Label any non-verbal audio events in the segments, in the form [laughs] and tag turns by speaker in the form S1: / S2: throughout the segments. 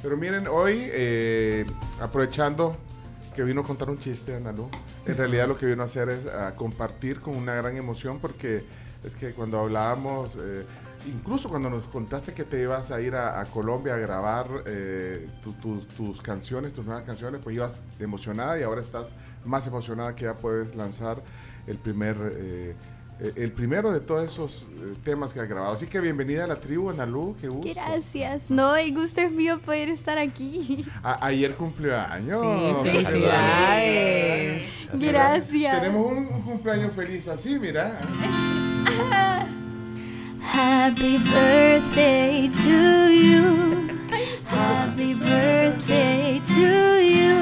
S1: Pero miren, hoy, eh, aprovechando que vino a contar un chiste, Analu, en realidad lo que vino a hacer es a compartir con una gran emoción porque es que cuando hablábamos, eh, incluso cuando nos contaste que te ibas a ir a, a Colombia a grabar eh, tu- tu- tus canciones, tus nuevas canciones, pues ibas emocionada y ahora estás más emocionada que ya puedes lanzar el primer... eh, eh, el primero de todos esos eh, temas que has grabado. Así que bienvenida a la tribu, Analu, qué gusto.
S2: Gracias. No, el gusto es mío poder estar aquí.
S1: A- ayer cumpleaños.
S3: Sí, felicidades.
S2: Gracias.
S1: Tenemos un, un cumpleaños feliz así, mira.
S2: Happy birthday to you. Happy birthday to you.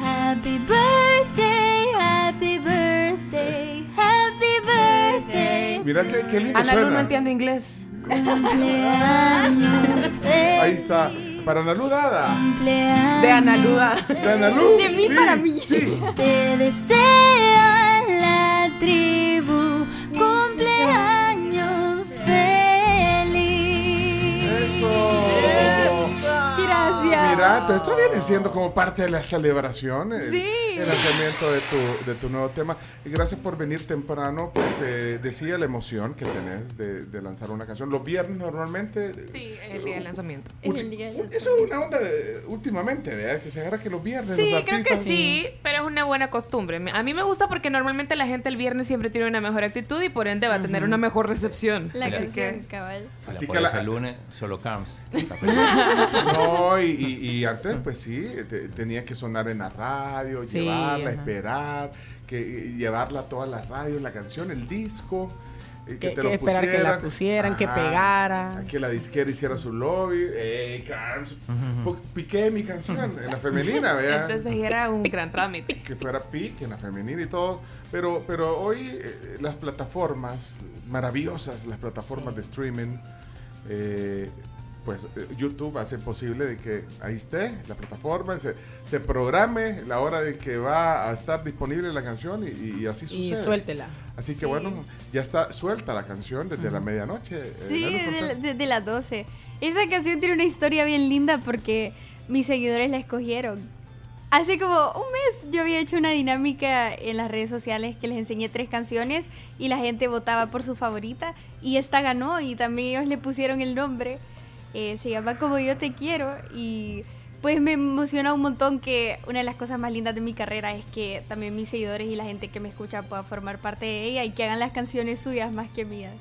S2: Happy birthday, happy birthday, happy birthday.
S1: Mira qué, qué lindo
S3: Ana Luz no
S1: suena.
S3: entiendo inglés.
S2: Cumpleaños
S1: Ahí
S2: feliz.
S1: está. Para Analú Dada.
S3: De
S2: Cumpleaños.
S3: Ana
S4: ah.
S3: Luda.
S1: De Analú.
S2: De mí
S1: sí,
S2: para mí.
S1: Sí.
S2: Te desea la tribu cumpleaños feliz.
S1: Eso.
S2: Gracias.
S1: Mira, entonces esto viene siendo como parte de las celebraciones.
S2: Sí.
S1: El lanzamiento de tu, de tu nuevo tema. Y gracias por venir temprano porque decía la emoción que tenés de, de lanzar una canción. Los viernes normalmente.
S3: Sí, el día del lanzamiento.
S1: Ulti-
S2: El día de
S1: u- Eso es una onda de- últimamente, ¿verdad? Que se agarra que los viernes.
S3: Sí,
S1: los
S3: creo que
S1: artistas-
S3: sí, pero es una buena costumbre. Me- A mí me gusta porque normalmente la gente el viernes siempre tiene una mejor actitud y por ende va a tener una mejor recepción.
S2: La
S3: Así
S2: canción,
S3: que-
S2: cabal.
S1: Así
S5: Así
S1: que
S5: que
S1: la-
S5: el lunes solo
S1: [laughs]
S5: Carms.
S1: No, y,
S3: [laughs]
S1: y- y antes, pues sí, te- tenía que sonar en la radio,
S3: Sí,
S1: llevarla,
S3: ajá.
S1: esperar, que eh, llevarla a todas las radios, la canción, el disco, eh, que,
S3: Que-
S1: te
S3: que
S1: lo
S3: esperar que la pusieran, que pegara.
S1: a Que la disquera hiciera su lobby. ¡Ey, Carms! po- Piqué mi canción
S3: [laughs]
S1: en la femenina, vea.
S3: Entonces era un gran trámite.
S1: que fuera pique en la femenina y todo, pero, pero hoy eh, las plataformas, maravillosas las plataformas de streaming, eh, pues eh, YouTube hace posible de que ahí esté la plataforma, se, se programe la hora de que va a estar disponible la canción y, y- y así
S4: y
S1: sucede.
S4: suéltela.
S1: Así que bueno, ya está suelta la canción desde la medianoche. eh,
S2: Sí,
S1: Lalo,
S2: desde
S1: contá.
S2: de, de las 12. Esa canción tiene una historia bien linda porque mis seguidores la escogieron. Hace como un mes yo había hecho una dinámica en las redes sociales que les enseñé tres canciones y la gente votaba por su favorita y esta ganó y también ellos le pusieron el nombre. Eh, se llama Como yo te quiero y pues me emociona un montón que una de las cosas más lindas de mi carrera es que también mis seguidores y la gente que me escucha pueda formar parte de ella y que hagan las canciones suyas más que mías.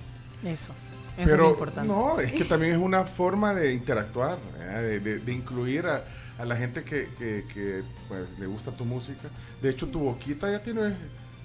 S4: Eso. Eso es
S1: Pero
S4: lo importante.
S1: no, es que también es una forma de interactuar, ¿verdad? de, de- de incluir a, a la gente que, que- que, pues, le gusta tu música. De hecho, tu boquita ya tiene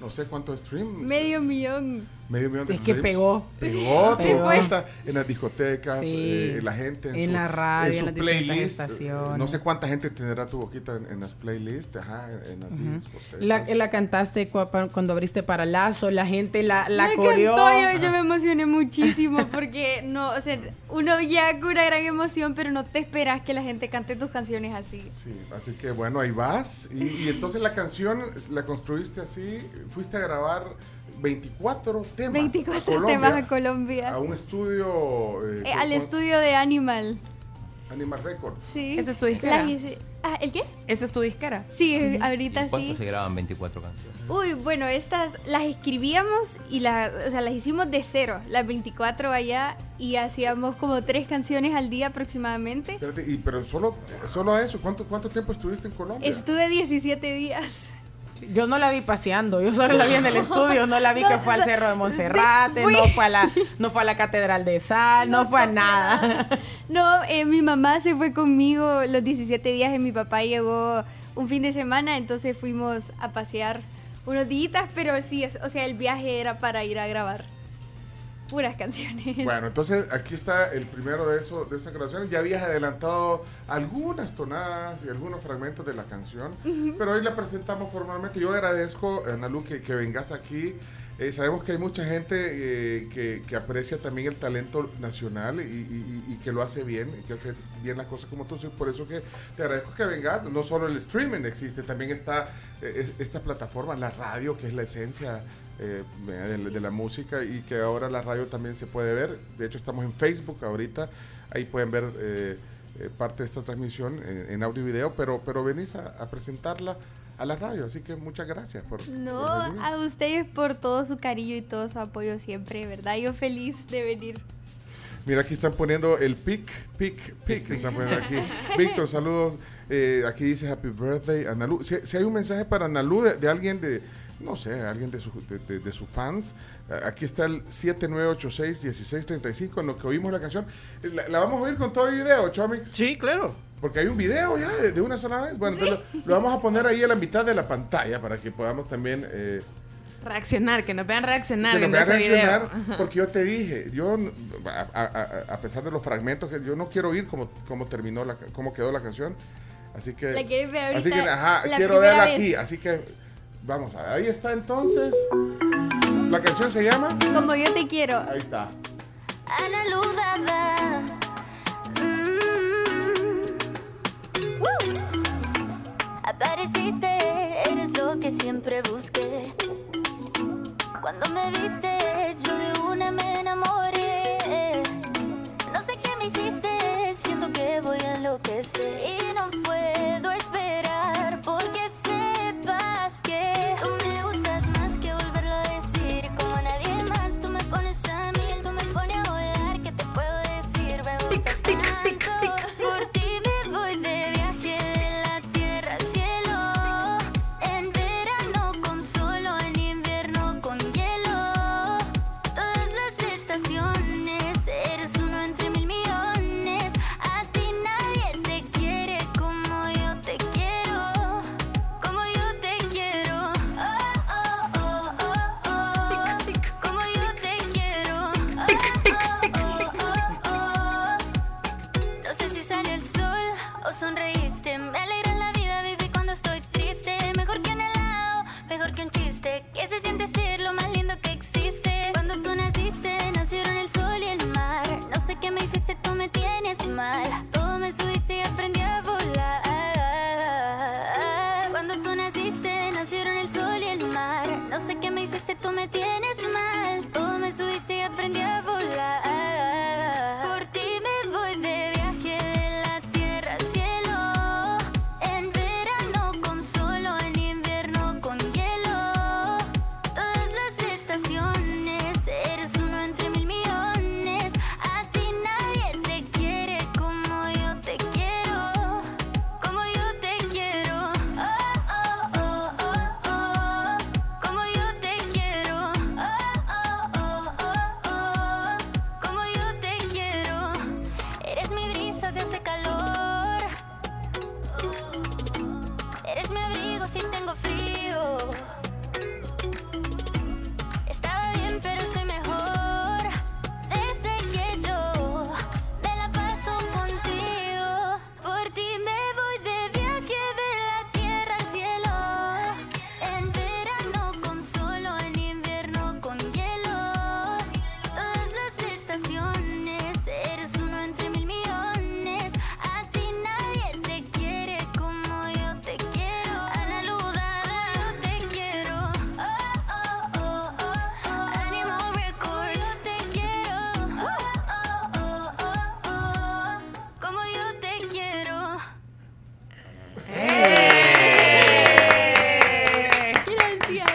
S1: no sé cuántos streams.
S2: Medio millón.
S1: medio millón de
S4: Es que
S1: streams.
S4: pegó.
S1: Pegó tu
S4: Pegó.
S1: boquita en las discotecas,
S4: Sí.
S1: eh, la gente en,
S4: En
S1: su-
S4: la radio, en
S1: su
S4: las distintas
S1: playlist.
S4: estaciones.
S1: No sé cuánta gente tendrá tu boquita en, en las playlists, ajá, en las discotecas.
S4: La, la cantaste cua- pa- cuando abriste para Lazo, la gente la, la
S2: Me
S4: coreó.
S2: encantó, yo, yo me emocioné muchísimo porque no, o sea, uno ya con una gran emoción, pero no te esperas que la gente cante tus canciones así.
S1: Sí, así que bueno, ahí vas. Y, y entonces la canción la construiste así, fuiste a grabar 24 temas.
S2: 24
S1: a Colombia,
S2: temas a Colombia.
S1: A un estudio. eh,
S2: Eh,
S1: con-
S2: al
S1: con
S2: estudio de Animal.
S1: Animal Records.
S2: Sí.
S3: Esa es su disquera.
S2: La- ese- ah, ¿El qué?
S3: Esa es tu disquera.
S2: Sí, eh,
S5: ¿Y
S2: ahorita
S5: cuánto
S2: sí.
S5: se graban 24 canciones?
S2: Uy, bueno, estas las escribíamos y las, o sea, las hicimos de cero, las 24 allá, y hacíamos como tres canciones al día aproximadamente.
S1: Espérate, y, pero solo, solo a eso, ¿cuánto, ¿cuánto tiempo estuviste en Colombia?
S2: Estuve 17 días.
S4: Yo no la vi paseando, yo solo la vi en el estudio, no la vi que fue al Cerro de Monserrate,
S2: fui.
S4: no fue a la, no fue a la Catedral de Sal, no, fue a nada.
S2: No, eh, mi mamá se fue conmigo los 17 días y mi papá llegó un fin de semana, entonces fuimos a pasear unos días, pero sí, es- o sea, el viaje era para ir a grabar puras canciones.
S1: Bueno, entonces aquí está el primero de, eso, de esas grabaciones. Ya habías adelantado algunas tonadas y algunos fragmentos de la canción, pero hoy la presentamos formalmente. Yo agradezco, eh, Ana Lu, que, que vengas aquí. Eh, sabemos que hay mucha gente eh, que, que aprecia también el talento nacional y, y- y- y que lo hace bien, y que hace bien las cosas como tú. Sí, por eso que te agradezco que vengas. No solo el streaming existe, también está eh, es- esta plataforma, la radio, que es la esencia eh, de, de la música y que ahora la radio también se puede ver. De hecho, estamos en Facebook ahorita. Ahí pueden ver eh, eh, parte de esta transmisión en, en audio y video, pero, pero venís a, a presentarla a la radio, así que muchas gracias por...
S2: No,
S1: por venir.
S2: a ustedes por todo su cariño y todo su apoyo siempre, ¿verdad? Yo feliz de venir.
S1: Mira, aquí están poniendo el pic, pic, pic. Están poniendo aquí. Víctor, saludos. Eh, aquí dice Happy Birthday, Analu. Si, si hay un mensaje para Analu de, de alguien de, no sé, alguien de, su- de- de- de sus fans, a- aquí está el 7986-1635 en lo que oímos la canción. Eh, La, la vamos a oír con todo el video, Chomix.
S6: Sí, claro.
S1: Porque hay un video ya de, de una sola vez. Bueno, entonces lo, lo vamos a poner ahí a la mitad de la pantalla para que podamos también... eh,
S3: Reaccionar, que nos vean reaccionar.
S1: que lo
S3: viendo
S1: voy a
S3: ese video.
S1: reaccionar porque yo te dije, yo n- a, a- a- a pesar de los fragmentos que yo no quiero oír cómo, cómo terminó la ca- cómo quedó la canción. Así que
S2: La quieres ver ahorita,
S1: Así que ajá,
S2: la
S1: quiero
S2: primera
S1: verla
S2: vez.
S1: aquí, así que vamos, a- ahí está entonces. La canción se llama
S2: Como yo te quiero.
S1: Ahí está.
S7: Ana Luz Dada. Mm. Woo. Apareciste, eres lo que siempre busqué. Cuando me viste, yo de una me enamoré. No sé qué me hiciste, siento que voy a enloquecer. Y no puedo esperar porque sepas que tú me gustas más que volverlo a decir. Como nadie más, tú me pones a mil, tú me pones a volar. ¿Qué te puedo decir? Me gustas tanto. Por ti me voy de viaje de la tierra al cielo. En verano con solo, en invierno con hielo. Todas las estaciones, eres uno entre mil millones. A ti nadie te quiere como yo te quiero, como yo te quiero. Oh, oh, oh, oh, oh, como yo te quiero. Oh, oh, oh, oh, oh. No sé si salió el sol o sonreíste. Me alegra la vida, baby, cuando estoy triste. Mejor que un helado, mejor que un chiste. Que se siente ser lo más lindo que existe. Cuando tú naciste, nacieron el sol y el mar. No sé qué me hiciste, tú me tienes mal. Todo me subiste y aprendí a volar. Cuando tú naciste, nacieron el sol y el mar. No sé qué me hiciste, tú me tienes mal. Todo me subiste y aprendí a volar. Por ti me voy de viaje de la tierra al cielo. En verano con solo, en invierno con hielo. Todas las estaciones, eres uno entre mil millones. A ti nadie te quiere como yo te quiero. Como yo te quiero. Oh, oh, oh, oh, oh. Como yo te quiero. Oh, oh, oh, oh, oh. Como yo te quiero. Eres mi brisa si hace calor. Eres mi abrigo si tengo frío. Estaba bien, pero soy mejor. Desde que yo me la paso contigo. Por ti me voy de viaje de la tierra al cielo. En verano con solo, en invierno con hielo. Todas las estaciones, eres uno entre mil millones. A ti nadie te quiere como yo te quiero. Ana Ludada, yo te quiero. Oh, oh, oh, oh, oh. Animal Records, yo te quiero. Oh, oh, oh, oh, oh. Como yo te quiero.
S2: Gracias.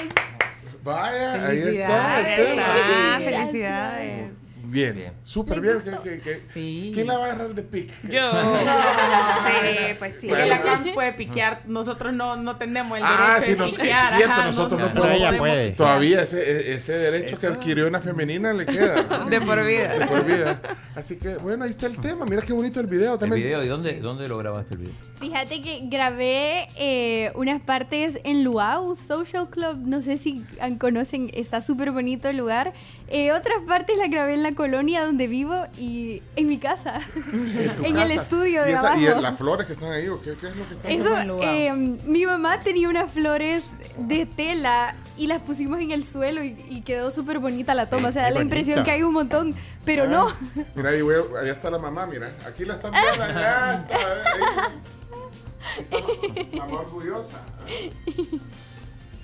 S1: Vaya, ahí está el
S4: Felicidades.
S1: tema.
S3: Ah, felicidades.
S1: Bien,
S5: Bien.
S1: súper
S2: Me
S1: bien.
S2: gustó.
S1: que- que- que-
S4: Sí.
S1: ¿Quién la va a agarrar de pic?
S3: Yo. Sí, pues
S4: [laughs]
S3: sí.
S4: Que
S1: Bueno.
S4: la Cam puede piquear, nosotros no, no tenemos el derecho
S1: Ah,
S4: de
S1: sí, nos- es
S4: piquear,
S1: cierto,
S4: ajá,
S1: nosotros
S5: no
S6: podemos. Ella puede.
S4: piquear.
S1: Todavía ese, e- ese derecho que adquirió una femenina le queda.
S3: [laughs] De por vida.
S1: De por vida. Así que, bueno, ahí está el tema. Mira qué bonito el video
S5: El
S1: también.
S5: video, ¿y dónde, dónde lo grabaste el video?
S2: Fíjate que grabé eh, unas partes en Luau Social Club. No sé si an- conocen, está súper bonito el lugar. Eh, otras partes las grabé en la colonia donde vivo y en mi casa.
S1: tu
S2: en el
S1: casa.
S2: estudio de
S1: ¿Y, esa- y
S2: abajo.
S1: las flores que están ahí, ¿o qué, qué es lo que están
S4: Eso
S2: Eso,
S4: fue en Lugao.
S2: eh, mi mamá tenía unas flores de tela y las pusimos en el suelo y, y quedó súper bonita la toma.
S6: Sí,
S2: o sea, da
S6: muy
S2: la impresión
S6: bonita.
S2: que hay un montón,
S4: Ah.
S2: pero no.
S1: Mira, ahí, voy a- allá está la mamá, mira. Aquí la están viendo, allá está. ahí. Ahí está Mamá orgullosa.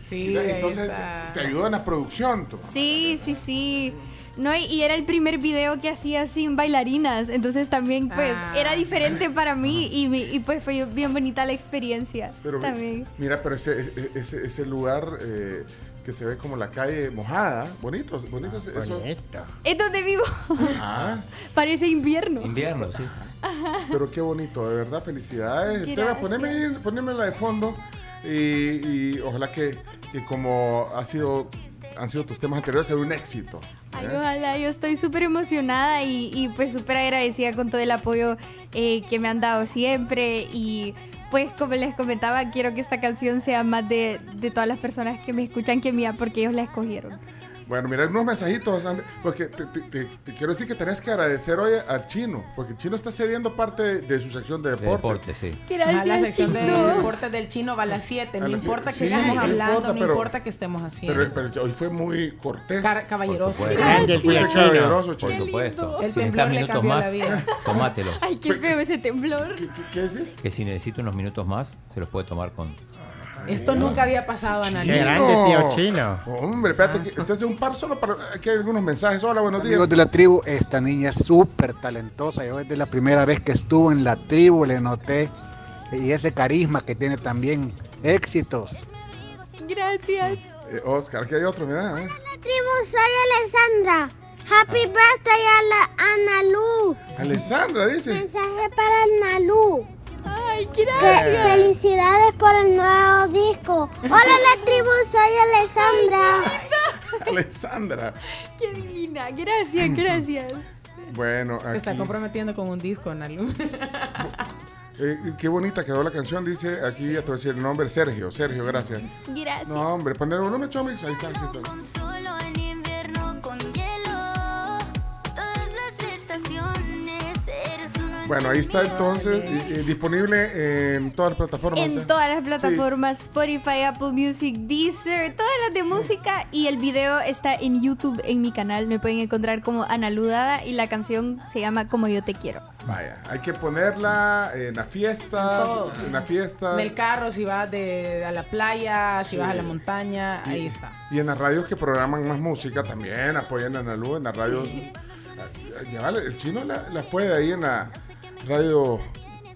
S4: Sí,
S1: Mira,
S4: ahí
S1: entonces,
S4: está.
S1: te ayuda en la producción. tu mamá.
S2: Sí, sí, sí. No, y, y era el primer video que hacía sin bailarinas, entonces también pues
S4: Ah.
S2: era diferente para mí y, mi- y, pues fue bien bonita la experiencia
S1: Pero mi-
S2: también.
S1: Mira, pero ese, ese, ese lugar eh, que se ve como la calle mojada, bonito, bonito es eso.
S2: Es donde vivo, [laughs]
S1: Ah,
S2: parece invierno.
S5: Invierno, sí.
S1: pero qué bonito, de verdad, felicidades.
S2: Gracias.
S1: Esteban, poneme, ahí- poneme la de fondo y, y ojalá que, que como ha sido, han sido tus temas anteriores, sea un éxito.
S2: Ay,
S1: ¿eh?
S2: ojalá, yo estoy súper emocionada y, y, pues súper agradecida con todo el apoyo eh, que me han dado siempre y pues como les comentaba, quiero que esta canción sea más de, de todas las personas que me escuchan que mía porque ellos la escogieron.
S1: Bueno, mira, unos mensajitos, André, porque te, te- te- te quiero decir que tenés que agradecer hoy al Chino, porque el Chino está cediendo parte de, de su sección de
S5: De
S1: deporte.
S5: deporte, sí.
S4: Ajá, la
S2: Gracias,
S4: sección de
S2: chino.
S4: deportes del chino va a las 7.
S1: A
S4: No
S1: las
S4: importa que
S1: siete. Sí,
S4: estemos
S1: no
S4: hablando,
S1: importa,
S4: no
S1: pero-
S4: importa que estemos haciendo.
S1: Pero, pero hoy fue muy cortés.
S4: Car- caballeroso.
S5: Por supuesto.
S6: Grande el
S1: Fue
S6: tío Chino.
S1: caballeroso,
S5: Por
S1: Chino.
S5: supuesto.
S4: El
S5: Si
S4: temblor
S5: necesitas
S4: le
S5: minutos
S4: cambió la
S5: más,
S4: vida.
S5: [laughs] tomátelos.
S2: Ay, qué feo ese temblor.
S1: ¿Qué, qué- qué decís?
S5: Que si necesita unos minutos más, se los puede tomar con...
S4: Esto nunca había pasado, Analia.
S6: Qué grande tío Chino.
S1: Hombre, espérate, que- entonces un par solo para. Aquí hay algunos mensajes. Hola,
S2: Ah.
S1: buenos días.
S8: Amigos de la tribu, esta niña es súper talentosa. Yo desde la primera vez que estuvo en la tribu le noté y ese carisma que tiene también. Éxitos.
S2: Gracias.
S1: Eh, Oscar, aquí hay otro, mira. eh.
S9: tribu, soy Alessandra. Happy birthday a, la, a Nalu.
S1: Alessandra
S4: [laughs]
S1: dice.
S9: Mensaje para Nalu.
S2: Ay,
S9: Fe-
S2: gracias.
S9: felicidades por el nuevo disco. Hola, la tribu, soy Alessandra.
S1: Alessandra.
S2: Qué divina. Gracias, gracias.
S1: Bueno,
S4: Te está
S1: aquí-
S4: comprometiendo con un disco, Analu.
S1: eh, qué bonita quedó la canción, dice aquí, ya te voy a decir el nombre, Sergio, Sergio, gracias.
S2: Gracias.
S1: No, hombre, poner volumen, Chomix, ahí está, ahí está.
S7: Con solo en invierno con hielo. Todas las estaciones eres uno en
S1: Bueno,
S7: tu
S1: ahí está
S7: vida.
S1: entonces, y- y disponible en todas las plataformas. ¿eh?
S2: En todas las plataformas, Spotify, Apple Music, Deezer, todas las de música. Y el video está en YouTube, en mi canal. Me pueden encontrar como Analudada y la canción se llama Como yo te quiero.
S1: Vaya, hay que ponerla en las fiestas,
S4: Todo.
S1: en las fiestas.
S4: En el carro, si vas de, a la playa, si
S1: Sí.
S4: vas a la montaña, ahí está.
S1: Y en las radios que programan más música también, apoyan a Analu en las radios. Ah, llévale, el chino la, la puede ahí en la radio.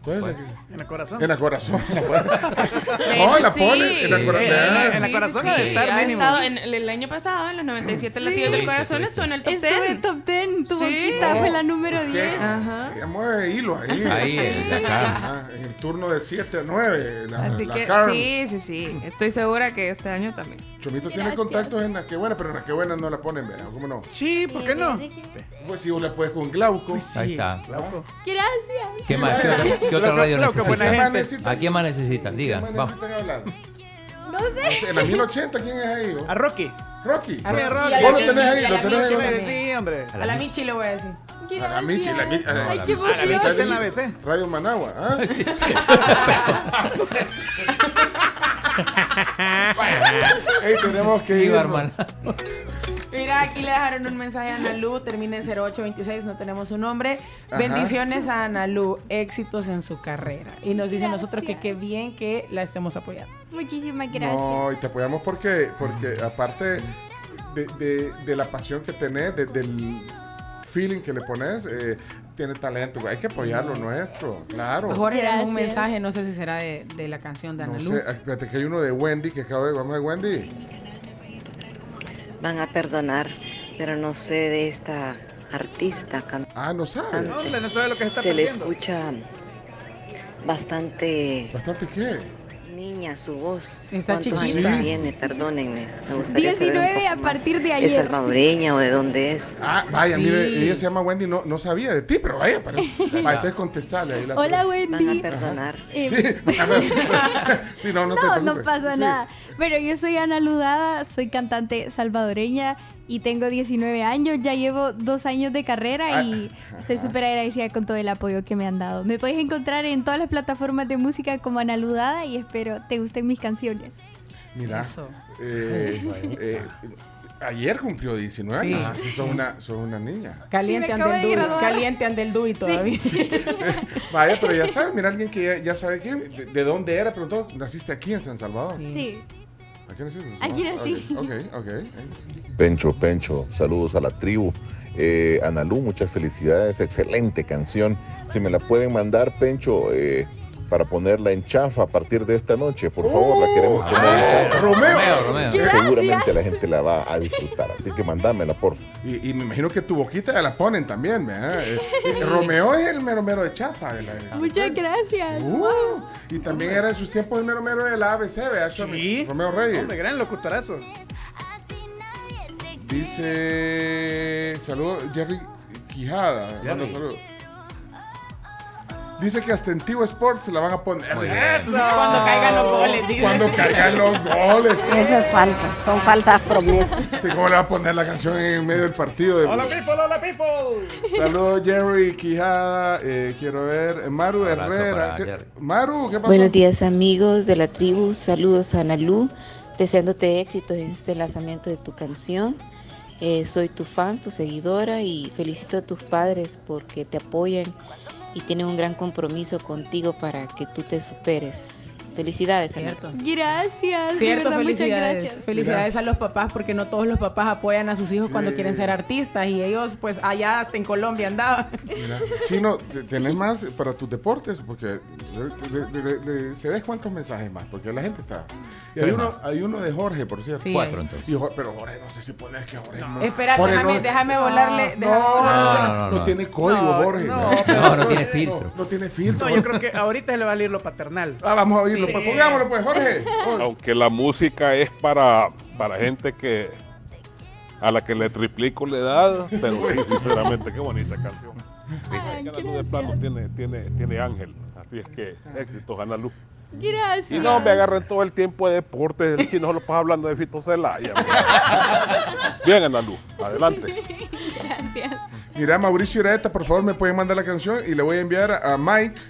S1: ¿Cuál es la que-
S6: En el corazón.
S1: En la corazón. la puede.
S3: De
S1: no,
S3: hecho,
S1: la
S3: sí.
S1: pone. En la
S5: Sí,
S1: corazón.
S6: sí, en la-
S1: Ah,
S6: en la corazón ha de estar
S3: ha
S6: mínimo.
S3: estado en- el año pasado, en los 97 latidos del corazón, estuvo en el top 10.
S2: Estuve en top 10, tu
S3: Sí.
S2: boquita fue la número
S1: es que
S2: 10.
S3: Ajá.
S1: ella mueve hilo ahí.
S5: Ahí, en la ah. Carms.
S1: Ajá, en el turno de 7 a 9. La,
S3: Así
S1: la
S3: que
S1: Carms.
S3: sí, sí, sí. Estoy segura que este año también.
S1: Chomito tiene
S2: Gracias.
S1: contactos en la que buena, pero en la que buena no la ponen, ¿verdad? ¿Cómo no?
S6: Sí, ¿por qué no?
S1: Pues si vos la puedes con Glauco.
S6: Pues
S5: Ahí está.
S6: Glauco.
S2: Gracias.
S5: ¿Qué más? ¿Qué otra- ¿Qué otra
S6: Glauco,
S5: radio
S6: Glauco, buena
S1: ¿Qué
S5: necesita?
S1: más
S6: gente.
S1: necesitan?
S5: ¿A quién más necesitan?
S1: ¿Qué
S5: Digan,
S1: más
S5: vamos.
S1: necesitan hablar?
S2: No sé.
S1: En la 1080, ¿quién es ahí? vos?
S6: A Rocky.
S1: Rocky.
S4: A ver,
S6: Vos
S4: Rocky.
S1: lo
S4: Y a la
S1: tenés ahí,
S4: Michi,
S1: lo
S4: a la
S1: tenés ahí,
S4: Michi
S1: vos.
S4: también.
S6: Sí, hombre.
S4: A la Michi le voy a decir.
S2: Gracias.
S1: A la Michi, la Michi-
S2: Ay,
S1: no,
S2: qué
S5: la Michi- a la
S1: Ahí
S2: emoción.
S1: está
S6: Está en
S1: el-
S6: la ABC.
S1: Radio Managua, ¿ah? Ey, tenemos que
S5: Sí,
S1: irnos.
S5: Barman.
S4: Mira, aquí le dejaron un mensaje a Analu, termina en 0826, no tenemos su nombre.
S1: Ajá.
S4: Bendiciones a Analu, éxitos en su carrera. Y nos dice a nosotros que qué bien que la estemos apoyando.
S2: Muchísimas gracias.
S1: No, y te apoyamos porque, porque aparte de, de- de la pasión que tenés, de- del feeling que le pones, eh, tiene talento. güey. Hay que apoyar lo nuestro, claro.
S4: Jorge, dame un
S2: Gracias.
S4: mensaje, no sé si será de, de la canción de
S1: No
S4: Analu.
S1: sé, espérate que hay uno de Wendy que acaba de. Vamos a ver, Wendy.
S10: Van a perdonar, pero no sé de esta artista cantante.
S1: Ah, no sabe.
S10: Ah,
S6: Hombre, no sabe lo que se está
S10: Se le
S6: perdiendo.
S10: escucha bastante
S1: ¿Bastante qué?
S10: niña su voz.
S4: Está
S10: ¿Cuántos
S4: chiquita.
S10: años tiene? Perdónenme. Me gustaría saber un
S2: 19 a
S10: poco más.
S2: partir de
S10: ¿Es
S2: ayer.
S10: salvadoreña o de dónde es?
S1: Ah, vaya,
S4: Sí.
S1: mire, ella se llama Wendy, no, no sabía de ti, pero vaya,
S4: [laughs]
S1: pero. Vaya, entonces contestale ahí la
S2: Hola,
S10: Van a
S2: Wendy.
S10: perdonar.
S2: Eh,
S1: Sí, a ver. [laughs] sí, no, no, te
S2: No,
S1: preocupes.
S2: no pasa
S1: Sí.
S2: nada. Pero yo soy Ana Ludada, soy cantante salvadoreña y tengo 19 años. Ya llevo dos años de carrera
S1: Ah,
S2: y estoy súper agradecida con todo el apoyo que me han dado. Me puedes encontrar en todas las plataformas de música como Ana Ludada y espero te gusten mis canciones.
S1: Mira,
S4: Eso.
S1: eh, eh, ayer cumplió 19
S4: Sí.
S1: años, así son una, son una niña.
S4: Caliente
S2: Sí, me
S4: ande
S2: acabo
S4: el
S2: de
S4: Dui,
S2: graduar.
S4: caliente ande el Dui todavía.
S1: Vaya, pero ya sabes, mira, alguien que ya, ya sabe quién, de, de dónde era, pero entonces naciste aquí en San Salvador.
S4: Sí.
S2: Sí.
S1: ¿A quién es eso?
S2: ¿A quién así?
S1: Ok, ok. ok.
S11: Pencho, Pencho, saludos a la tribu. Eh, Analú, muchas felicidades, excelente canción. Si me la pueden mandar, Pencho, eh, para ponerla en chafa a partir de esta noche, por favor, la queremos poner en chafa.
S1: [laughs] Romeo, Romeo.
S11: Seguramente la gente la va a disfrutar, así que mandámela, por favor.
S1: Y, y me imagino que tu boquita ya la ponen también, ¿verdad? Eh, eh, Romeo es el mero mero de chafa. De la,
S2: Muchas gracias.
S1: Uh, y también era en sus tiempos el mero mero de la ABC, ¿verdad? Chomix? Romeo Reyes.
S6: Hombre, gran locutorazo.
S1: Dice. Saludos, Jerry Quijada.
S6: Jerry.
S1: Manda saludos. Dice que hasta en Tivo Sports la van a poner. ¡Eso!
S3: Cuando caigan
S4: Oh.
S3: los goles, dice.
S1: Cuando caigan los goles.
S12: Eso es falta, son falsas promesas.
S1: Sí, ¿Cómo le va a poner la canción en medio del partido? De...
S6: Hola, people, hola, people.
S1: Saludos, Jerry Quijada. eh, quiero ver. eh, Maru
S5: Abrazo
S1: Herrera.
S5: para
S1: ¿Qué-
S5: Jerry.
S1: Maru, ¿qué pasó?
S13: Buenos días amigos de la tribu, saludos a Analu, deseándote éxitos en este lanzamiento de tu canción. Eh, soy tu fan, tu seguidora y felicito a tus padres porque te apoyan y tienen un gran compromiso contigo para que tú te superes. Felicidades, Analu.
S2: Gracias. de
S4: Cierto,
S2: verdad, muchas
S4: felicidades.
S2: gracias.
S4: Felicidades a los papás porque no todos los papás apoyan a sus hijos
S1: Sí.
S4: cuando quieren ser artistas y ellos pues allá hasta en Colombia andaban.
S1: Mira, Chino, te- ¿tenés más para tus deportes? Porque le- le- le- le- se des cuántos mensajes más, porque la gente está. Y hay
S5: Tres
S1: uno,
S5: más.
S1: hay uno de Jorge, por cierto.
S4: Sí, Cuatro, hay. entonces.
S1: Y Jo- pero Jorge, no sé si pones que Jorge no.
S4: Espera,
S1: Jorge,
S4: déjame,
S1: no-
S4: déjame volarle.
S1: No,
S4: déjame-
S1: no, no, no,
S5: no,
S1: no
S5: no.
S1: tiene código,
S6: No,
S1: Jorge.
S6: no,
S1: No,
S6: pero-
S5: No, no tiene filtro.
S1: no tiene filtro.
S6: No, yo creo que ahorita se le va a salir lo paternal.
S1: Ah, vamos a oírlo.
S6: Sí.
S1: Pues pongámoslo, pues, Jorge. Jorge.
S14: Aunque la música es para, para gente que a la que le triplico la edad, pero sí, sinceramente, qué bonita canción.
S2: Ay,
S14: Que la luz de plano tiene, tiene, tiene ángel, así es que éxitos, Ana Luz.
S2: Gracias.
S14: Y no, me agarren todo el tiempo de deportes, el chino solo pasa hablando de Fito Celaya. Bien, Ana Luz, adelante.
S2: [laughs] Gracias.
S1: Mira, Mauricio Ureta, por favor, me pueden mandar la canción y le voy a enviar a Mike.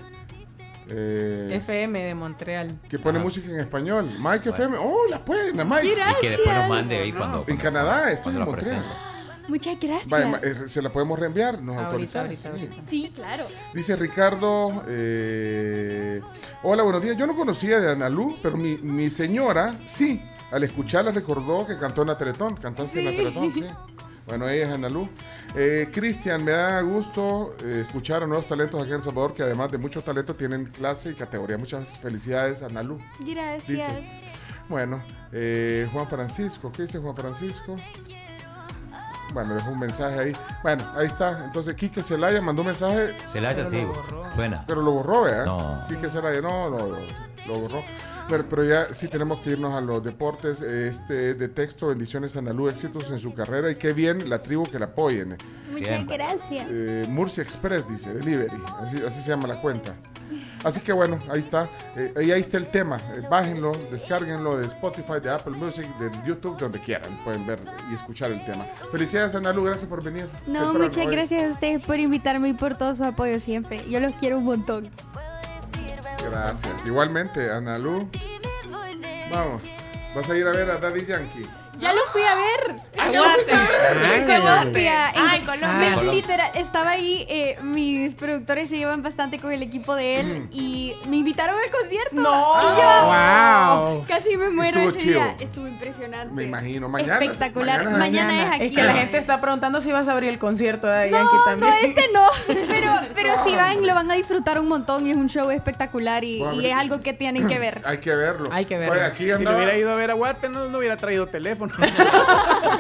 S1: eh,
S4: FM de Montreal.
S1: que pone música en español. Mike FM. Oh, la pueden, a Mike.
S2: Gracias.
S5: Y que después nos mande ahí cuando.
S1: En Canadá, esto es
S5: cuando
S1: en
S5: lo
S1: Montreal.
S5: presente.
S2: Muchas gracias.
S1: Vaya, ma- eh, se la podemos reenviar, nos
S4: Ahorita,
S1: autorizamos.
S4: ahorita, ahorita.
S2: Sí, claro.
S1: Dice Ricardo, eh, hola, buenos días. Yo no conocía de Analú, pero mi, mi señora, sí, al escucharla recordó que cantó en la Teletón. Cantaste en la
S2: Sí.
S1: Teletón, sí. Bueno, ella es Analú. Eh, Cristian, me da gusto eh, escuchar a nuevos talentos aquí en El Salvador, que además de muchos talentos tienen clase y categoría. Muchas felicidades, Analú.
S2: Gracias.
S1: Bueno, eh, Juan Francisco, ¿qué dice Juan Francisco? Bueno, dejó un mensaje ahí. Bueno, ahí está. Entonces, Quique Celaya mandó un mensaje,
S5: Celaya,
S1: Pero
S5: sí,
S1: lo
S5: suena.
S1: pero lo borró, ¿verdad?
S5: No.
S1: Quique Celaya, no, no, lo, lo borró. Pero, pero ya sí tenemos que irnos a los deportes. Este de texto, bendiciones Andalú, éxitos en su carrera y qué bien la tribu que la apoyen.
S2: Muchas
S1: Siempre.
S2: gracias.
S1: Eh, Murcia Express dice, delivery, así, así se llama la cuenta. Así que bueno, ahí está, eh, y ahí está el tema. Eh, bájenlo, descárguenlo de Spotify, de Apple Music, de YouTube, de donde quieran. Pueden ver y escuchar el tema. Felicidades, Analu, gracias por venir.
S2: No,
S1: Temprano
S2: muchas
S1: hoy.
S2: gracias a ustedes por invitarme y por todo su apoyo siempre. Yo los quiero un montón.
S1: Gracias. Igualmente, Analu. Vamos, vas a ir a ver a Daddy Yankee.
S2: Ya lo fui a ver. En Colombia. En-
S3: Ay, Colombia.
S2: Me- Literal, estaba ahí, eh, mis productores se llevan bastante con el equipo de él y me invitaron al concierto.
S3: No.
S2: Y yo
S6: Wow.
S2: [laughs] Casi me muero
S1: Estuvo
S2: ese
S1: chido.
S2: día. Estuvo impresionante.
S1: Me imagino, mañana.
S2: Espectacular. Mañana, es aquí.
S4: Es que la gente está preguntando si vas a abrir el concierto de Yankee
S2: No,
S4: también.
S2: no, este no, pero, pero si van lo van a disfrutar un montón y es un show espectacular y,
S1: Voy a
S2: y
S1: abrir-
S2: es algo que tienen que ver.
S1: Hay que verlo.
S4: Hay que verlo.
S1: Oye, aquí
S6: Si le
S1: andaba-
S6: hubiera ido a ver a Guate, no, no hubiera
S1: [laughs]
S6: traído teléfono.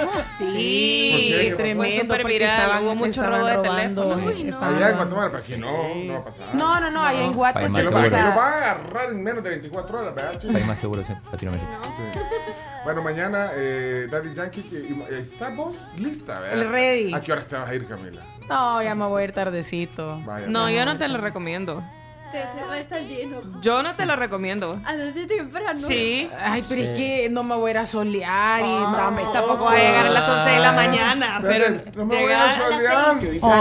S1: ¿Por qué?
S3: Sí,
S1: Fue
S3: tremendo.
S4: súper
S3: Porque
S4: viral,
S3: estaban,
S4: hubo
S3: hubo
S4: mucho
S3: mucho
S4: robo
S3: robo
S4: de
S3: de
S4: teléfono.
S3: teléfono.
S4: Uy, no.
S1: Allá en Guatemala, para que no, no va a pasar.
S4: Ah. No, no, no, allá en Guate.
S5: Para ir
S1: Que
S5: más
S1: lo, va,
S4: pues, o
S1: que
S5: seguro.
S4: sea,
S1: lo va a agarrar en menos de 24 horas, ¿verdad? chico?
S5: País más seguros en Latinoamérica.
S1: Sí. Bueno, mañana eh, Daddy Yankee, que- y- eh, ¿está vos lista? ¿verdad?
S4: El ready.
S1: ¿A qué horas te vas a ir, Camila?
S4: No, ya me voy a ir tardecito.
S1: Vaya.
S3: No, yo no te lo recomiendo.
S2: Se va a estar lleno.
S3: Yo no te lo recomiendo.
S2: A las 10 temprano.
S3: Sí.
S4: Ay, pero es que no me voy a ir a solear y no,
S1: Ah,
S4: me-
S3: Tampoco va a llegar a las 11 de la mañana. Pero
S1: Espérate, no me voy
S3: llegar
S1: a
S3: a las
S1: solear.
S4: a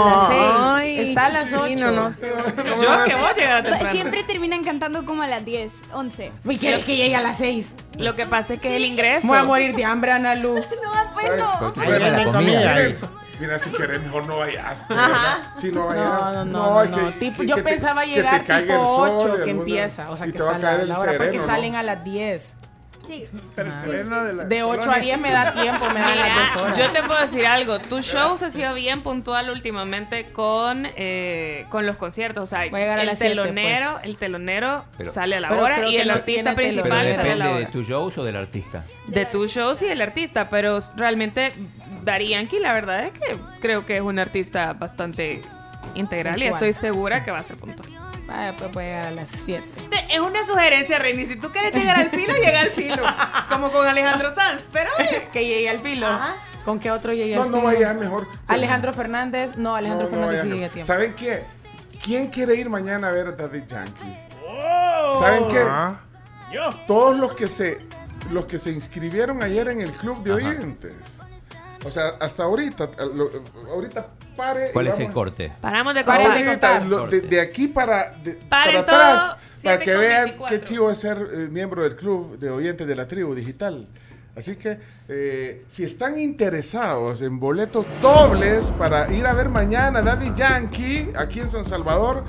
S4: las seis.
S10: Ay,
S4: Está a las
S10: chino,
S4: ocho.
S10: no
S3: Oh. Yo que voy a llegar temprano.
S2: Siempre terminan cantando como a las 10, 11.
S4: ¿Me quieres que llegue a las seis?
S3: Lo que pasa es que el ingreso.
S4: Me Voy a morir de hambre, Ana Lu.
S1: ¿Sabes?
S5: Porque
S1: Bueno,
S5: lleva la
S1: mira,
S5: comida.
S1: Mira, mira, si querés, mejor no
S4: [laughs]
S1: vayas. Si no vayas.
S4: No, no, no, no,
S1: es que-
S4: no. Tipo,
S1: que-
S4: yo
S1: que te-
S4: pensaba
S1: que te
S4: llegar
S1: caiga
S4: tipo
S1: el sol
S4: 8
S1: y
S4: que
S1: alguna-
S4: empieza, o sea,
S1: y
S4: que
S1: te va
S4: está
S1: a
S4: la,
S1: caer
S4: la
S1: el
S4: hora, porque
S1: sereno, ¿no?
S4: salen a las 10.
S2: Sí.
S6: Pero el sereno de la
S4: De ocho a diez me da tiempo,
S1: [laughs]
S4: me dan las dos horas.
S3: Yo te puedo decir algo. Tu show se ha sido bien puntual últimamente con, eh, con los conciertos. O sea,
S4: llegar a
S3: el
S4: las siete,
S3: telonero,
S4: pues.
S3: el telonero
S5: Pero-
S3: sale a la
S4: Pero
S3: hora
S4: creo
S3: y
S4: que
S3: el
S4: no
S3: artista
S4: tiene
S3: principal
S5: Pero
S3: sale a la
S5: depende de
S3: hora.
S5: tu shows o del artista.
S1: Eh,
S3: De tu show y el artista, pero realmente Darianki la verdad es que creo que es un artista bastante integral y
S4: Puntual.
S3: estoy segura que va a ser puntual.
S4: Vaya, pues voy a llegar a las 7.
S3: Te- Es una sugerencia, Reini. Si tú quieres llegar al filo, llega
S4: [laughs]
S3: al filo. Como con Alejandro Sanz. Pero oye,
S4: que llegue al filo. ¿Con qué otro llegué
S1: No,
S4: al
S1: no
S4: filo?
S1: vaya mejor.
S4: Alejandro Fernández. No, Alejandro
S1: No, no
S4: Fernández sí
S1: vayan.
S4: llegué a tiempo.
S1: ¿Saben qué? ¿Quién quiere ir mañana a ver a Daddy Yankee?
S4: Oh.
S1: ¿Saben qué?
S6: Ah.
S1: Todos los que se los que se inscribieron ayer en el club de oyentes. O sea, hasta ahorita, lo- ahorita pare. y
S5: ¿Cuál es el
S1: vamos-
S5: corte?
S3: Paramos de
S1: Ah, Ahorita,
S3: contar.
S1: lo- de, de aquí para, de-
S3: Paren
S1: para atrás,
S3: todo,
S1: para
S3: siete
S1: que
S3: con
S1: vean
S3: 24.
S1: qué chivo es ser eh, miembro del club de oyentes de la tribu digital. Así que eh, si están interesados en boletos dobles para ir a ver mañana a Daddy Yankee aquí en San Salvador,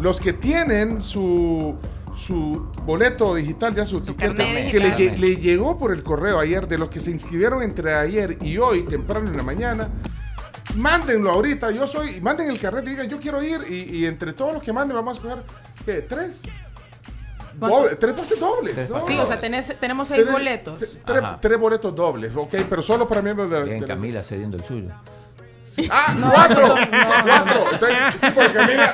S1: los que tienen su, su boleto digital, ya su, etiqueta,
S3: carnet
S1: que le,
S3: digital.
S1: lle- le llegó por el correo ayer, de los que se inscribieron entre ayer y hoy, temprano en la mañana, mándenlo ahorita. Yo soy, manden el carnet y digan, yo quiero ir. Y, y entre todos los que manden, vamos a escoger, ¿qué? ¿Tres?
S4: ¿Cuánto?
S1: Doble- tres pases dobles. ¿no?
S4: Sí, o sea, tenés- tenemos seis
S1: Tenés-
S4: boletos.
S1: se- Tres,
S5: Ajá.
S1: tres boletos dobles, ok, pero solo para miembros de, la-
S5: Bien,
S1: de la-
S5: Camila cediendo el suyo.
S1: ¡Ah!
S5: No,
S1: ¡Cuatro!
S5: no, no.
S1: ¡Cuatro! Entonces, sí, porque Camila.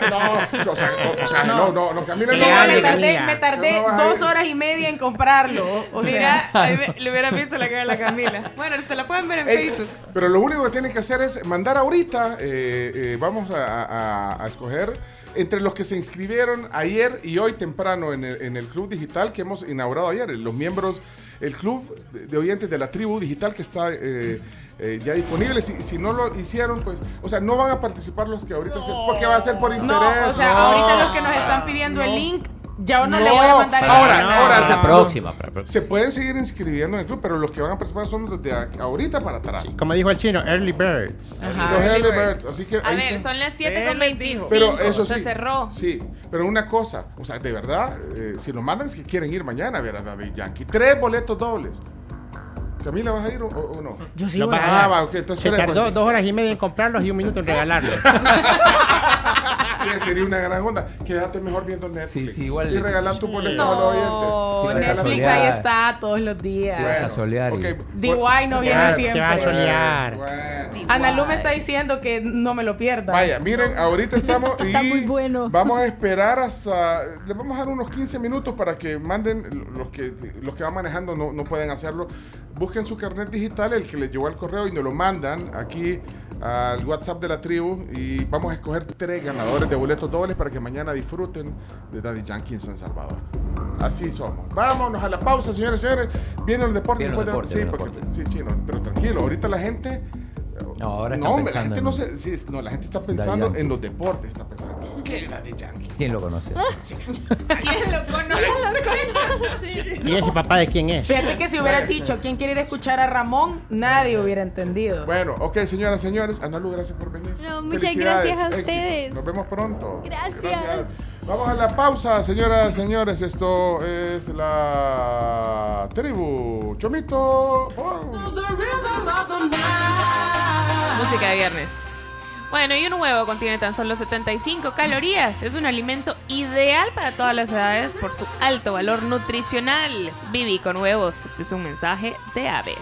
S1: No, o sea, o- o sea, no, no, no, Camila no
S4: Mira,
S1: vale.
S4: me tardé, me tardé
S1: No, no vas a
S4: dos
S1: ir.
S4: horas y media en comprarlo. O
S3: Mira,
S4: sea,
S3: ahí ve- le hubiera visto la cara a la Camila. Bueno, se la pueden ver en
S1: Ey,
S3: Facebook.
S1: Pero lo único que tienen que hacer es mandar ahorita, eh, eh, vamos a, a- a escoger entre los que se inscribieron ayer y hoy temprano en el, en el club digital que hemos inaugurado ayer, los miembros, el club de de oyentes de la tribu digital que está eh, eh, ya disponible. Si, si no lo hicieron, pues, o sea, no van a participar los que ahorita se, porque va a ser por interés.
S4: no, o sea,
S1: no.
S4: ahorita los que nos están pidiendo el
S1: No.
S4: link, ya no, le voy a mandar el
S1: ahora,
S4: link.
S1: ahora
S5: Ah, La próxima, para la próxima.
S1: Se pueden seguir inscribiendo en el club, pero los que van a participar son desde a- ahorita para atrás.
S15: Como dijo el chino, early birds.
S1: Los early birds, así que
S3: A
S1: ahí
S3: ver,
S1: están.
S3: son las 7 con 25.
S1: Pero eso
S3: se
S1: sí,
S3: cerró.
S1: Sí, pero una cosa, o sea, de verdad, eh, si lo mandan es que quieren ir mañana a ver a David Yankee. Tres boletos dobles. Camila, ¿vas a ir o, o- o no? [laughs]
S4: Yo
S15: Los van a
S1: Ah,
S15: dar.
S1: va, ok, entonces
S15: Se
S1: tres
S15: tardó
S1: boletos.
S15: dos horas y media en comprarlos y un minuto en
S1: [laughs]
S15: regalarlos.
S1: Mira, Sería una gran onda. Quédate mejor viendo Netflix.
S5: sí, igual-
S1: Y regalar tu boleto a los
S4: No,
S1: oyentes. Regalar-
S4: Netflix ahí está todos los días.
S5: Te vas a solear. y-
S4: DY no viene
S1: Bueno,
S4: siempre.
S1: te vas a soñar.
S4: Ana Lu me está diciendo que no me lo pierda.
S1: Vaya, miren, ahorita estamos y vamos a esperar hasta le vamos a dar unos 15 minutos para que manden los que los que van manejando no, no pueden hacerlo. Busquen su carnet digital, el que les llegó al correo y nos lo mandan aquí al WhatsApp de la tribu y vamos a escoger tres ganadores de boletos dobles para que mañana disfruten de Daddy Yankee en San Salvador. Así somos. Vámonos a la pausa, señores, señores. Vienen los deportes
S5: Vienen los
S1: después de-
S5: deportes,
S1: sí, porque- sí, chino, pero tranquilo, ahorita la gente
S5: No, ahora
S1: no,
S5: está
S1: hombre, la
S5: pensando
S1: gente
S5: en-
S1: no se. sí, es- no, la gente está
S5: Daddy
S1: pensando
S5: Yankee.
S1: en los deportes, está pensando. ¿Qué era de Yankee?
S5: ¿Quién lo conoce?
S4: ¿Quién lo conoce?
S15: ¿Y ese papá de quién es?
S4: Fíjate que si hubieras dicho quién quiere ir a escuchar a Ramón, nadie hubiera entendido.
S1: Bueno, ok, señoras, señores. Ana Lu, gracias por venir.
S2: No, muchas
S1: Felicidades,
S2: gracias a
S1: éxito.
S2: ustedes.
S1: Nos vemos pronto.
S2: Gracias.
S1: Vamos a la pausa, señoras, señores. Esto es la tribu. Chomito. Oh.
S3: Música de viernes. Bueno, y un huevo contiene tan solo 75 calorías. Es un alimento ideal para todas las edades por su alto valor nutricional. Viví con huevos. Este es un mensaje de aves.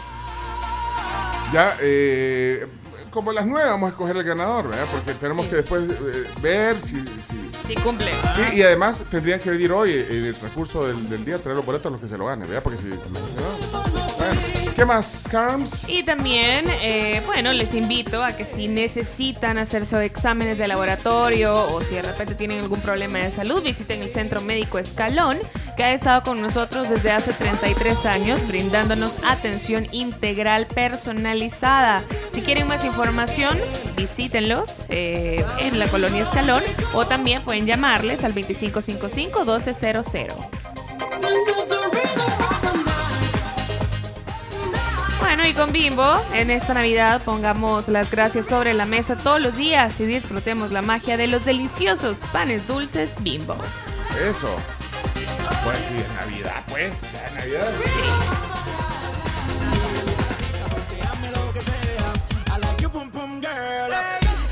S1: Ya, eh, como a las nueve vamos a escoger el ganador, ¿verdad? Porque tenemos que después eh, ver si- si,
S3: Sí, cumple.
S1: Sí, y además tendrían que venir hoy, en el transcurso del, del día, traer los boletos a los que se lo ganen, ¿verdad? Porque si. Bueno, ¿Qué más, Carms?
S3: Y también, eh, bueno, les invito a que si necesitan hacerse exámenes de laboratorio o si de repente tienen algún problema de salud, visiten el Centro Médico Escalón, que ha estado con nosotros desde hace 33 años, brindándonos atención integral personalizada. Si quieren más información, visítenlos eh, en la colonia Escalón o también pueden llamarles al 2555-1200. Bueno, y con Bimbo, en esta Navidad pongamos las gracias sobre la mesa todos los días y disfrutemos la magia de los deliciosos panes dulces Bimbo.
S1: Eso. Pues sí, es Navidad, pues. ya es Navidad.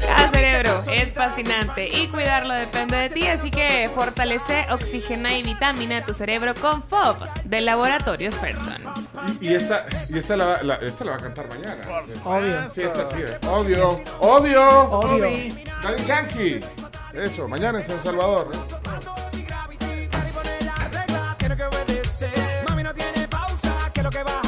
S3: Cada Ah, cerebro es fascinante y cuidarlo depende de ti, así que fortalece, oxigena y vitamina tu cerebro con FOB de Laboratorios Ferson.
S1: Y, y esta, y esta, la, va- la- esta la va a cantar mañana.
S4: Obvio.
S1: Sí, esta sí. eh. Obvio. Obvio.
S4: Obvio.
S1: Daddy Yankee. Eso, mañana en San Salvador. ¿eh?
S16: Mami no tiene pausa, que lo que baja